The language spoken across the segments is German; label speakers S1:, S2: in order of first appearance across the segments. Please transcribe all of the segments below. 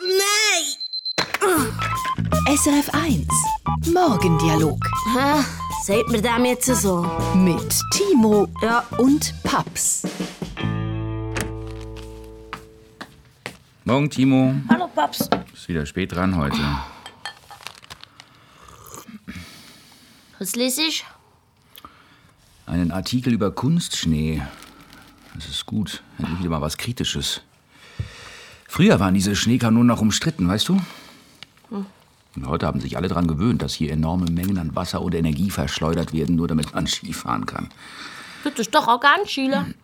S1: nee!
S2: SRF 1 Morgendialog
S1: Ah, sagt mir dem jetzt so?
S2: mit Timo
S1: Ja.
S2: und Paps.
S3: Morgen, Timo.
S1: Hallo, Paps.
S3: Ist wieder spät dran heute.
S1: Was lese ich?
S3: Einen Artikel über Kunstschnee. Das ist gut. Endlich wieder mal was Kritisches. Früher waren diese Schneekanonen noch umstritten, weißt du?
S1: Hm.
S3: Und heute haben sich alle daran gewöhnt, dass hier enorme Mengen an Wasser oder Energie verschleudert werden, nur damit man Ski fahren kann.
S1: Das ist doch auch ganz Chile.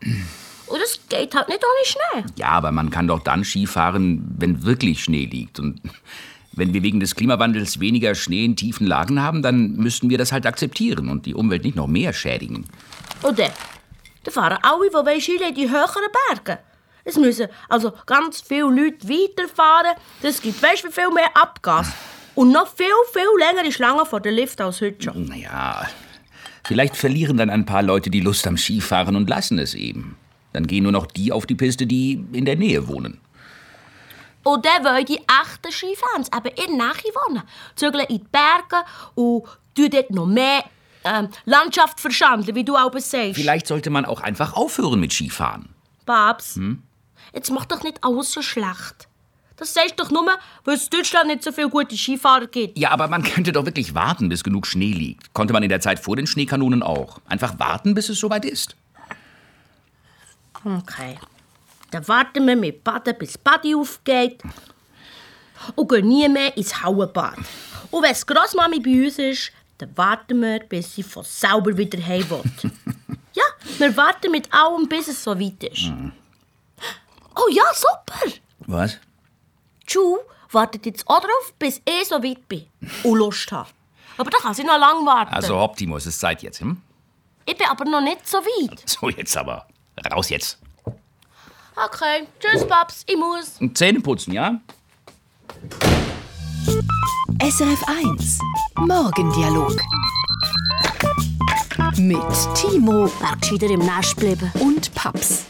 S1: Und es geht halt nicht ohne Schnee.
S3: Ja, aber man kann doch dann Ski fahren, wenn wirklich Schnee liegt. Und wenn wir wegen des Klimawandels weniger Schnee in tiefen Lagen haben, dann müssten wir das halt akzeptieren und die Umwelt nicht noch mehr schädigen.
S1: Und dann? Da fahren alle, die wollen Chile in die höheren Berge. Es müssen also ganz viele Leute weiterfahren. Das gibt weißt du, wie viel mehr Abgas. Und noch viel, viel längere Schlangen vor der Lift als heute schon.
S3: Naja, vielleicht verlieren dann ein paar Leute die Lust am Skifahren und lassen es eben. Dann gehen nur noch die auf die Piste, die in der Nähe wohnen.
S1: Und dann wollen die echten Skifans eben in der Nähe wohnen. Zügeln in die Berge und tun dort noch mehr ähm, Landschaft verschandeln, wie du auch sagst.
S3: Vielleicht sollte man auch einfach aufhören mit Skifahren.
S1: Babs, jetzt mach doch nicht alles so schlecht. Das sagst du doch nur, weil es in Deutschland nicht so viele gute Skifahrer gibt.
S3: Ja, aber man könnte doch wirklich warten, bis genug Schnee liegt. Konnte man in der Zeit vor den Schneekanonen auch. Einfach warten, bis es soweit ist.
S1: Okay. Dann warten wir mit Baden, bis Badi aufgeht. Und gehen nie mehr ins Hauenbad. Und wenn die Grossmami bei uns ist, dann warten wir, bis sie von selber wieder heim will. ja, wir warten mit allem, bis es so weit ist. Oh ja, super!
S3: Was?
S1: Tschu wartet jetzt auch drauf, bis ich so weit bin und Lust habe. Aber da kann sie noch lange warten.
S3: Also, Optimus, es ist Zeit jetzt, hm?
S1: Ich bin aber noch nicht so weit.
S3: So, jetzt aber. Raus jetzt.
S1: Okay, tschüss, Paps, ich muss.
S3: Und Zähne putzen, ja?
S2: SRF 1 Morgendialog mit Timo
S1: Wäre gescheiter im Nest bleiben.
S2: und Paps.